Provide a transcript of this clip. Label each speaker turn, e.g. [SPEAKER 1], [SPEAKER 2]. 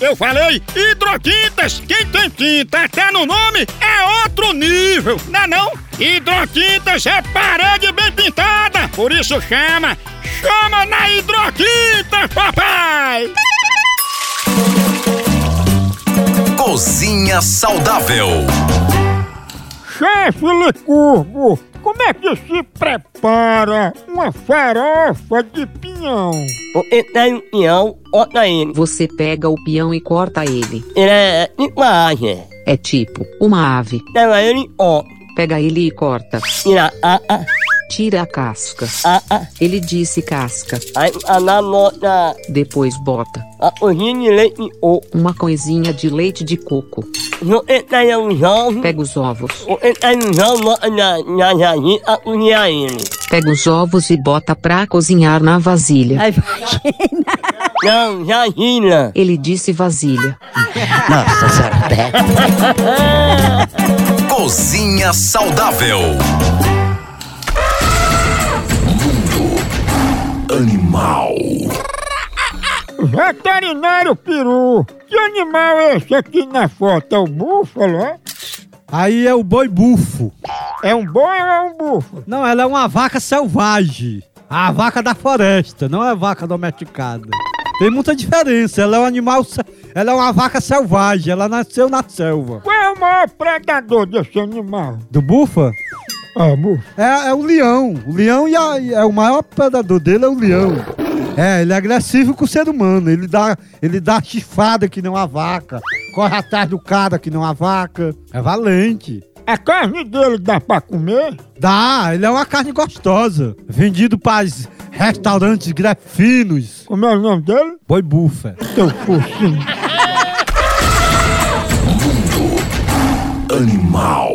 [SPEAKER 1] Eu falei hidroquintas. Quem tem tinta até no nome é outro nível, não é não? Hidroquintas é parede bem pintada, por isso chama. Chama na hidroquinta, papai!
[SPEAKER 2] Cozinha Saudável.
[SPEAKER 1] Chefe Licurgo, como é que se prepara uma farofa de pinhão?
[SPEAKER 3] O que tem um pinhão, corta ele.
[SPEAKER 4] Você pega o peão e corta ele.
[SPEAKER 3] Ele é tipo uma árvore.
[SPEAKER 4] É tipo uma ave.
[SPEAKER 3] Pega ele, ó,
[SPEAKER 4] Pega ele e corta.
[SPEAKER 3] tira a a
[SPEAKER 4] Tira a casca.
[SPEAKER 3] a a.
[SPEAKER 4] Ele disse casca.
[SPEAKER 3] Aí a na bota
[SPEAKER 4] Depois bota
[SPEAKER 3] a cozinha de leite ou.
[SPEAKER 4] uma coisinha de leite de coco.
[SPEAKER 3] O que tem um jovem,
[SPEAKER 4] Pega os ovos.
[SPEAKER 3] o que tem um jovem, bota na, na jardim a cozinhar ele.
[SPEAKER 4] Pega os ovos e bota pra cozinhar na vasilha.
[SPEAKER 5] Ai, vagina.
[SPEAKER 3] Não, jardim.
[SPEAKER 4] Ele disse vasilha.
[SPEAKER 3] Nossa senhora.
[SPEAKER 2] Cozinha Saudável. Mundo Animal.
[SPEAKER 1] Veterinário peru, que animal é esse aqui na foto? É o búfalo, é?
[SPEAKER 6] Aí é o boi bufo.
[SPEAKER 1] É um boi ou é um búfalo?
[SPEAKER 6] Não, ela é uma vaca selvagem. A vaca da floresta, não é vaca domesticada. Tem muita diferença. Ela é um animal. se- Ela é uma vaca selvagem. Ela nasceu na selva.
[SPEAKER 1] Qual é o maior predador desse animal?
[SPEAKER 6] Do bufa?
[SPEAKER 1] Ah, búfalo.
[SPEAKER 6] É, é o leão. O leão e a- e é o maior predador dele é o leão. É, ele é agressivo com o ser humano. Ele dá, ele dá chifada que não a vaca. Corre atrás do cara que não a vaca. É valente.
[SPEAKER 1] A carne dele dá pra comer?
[SPEAKER 6] Dá, ele é uma carne gostosa. Vendido para restaurantes grefinos.
[SPEAKER 1] Como é o nome dele?
[SPEAKER 6] Boi bufa.
[SPEAKER 1] Teu focinho.
[SPEAKER 2] Animal.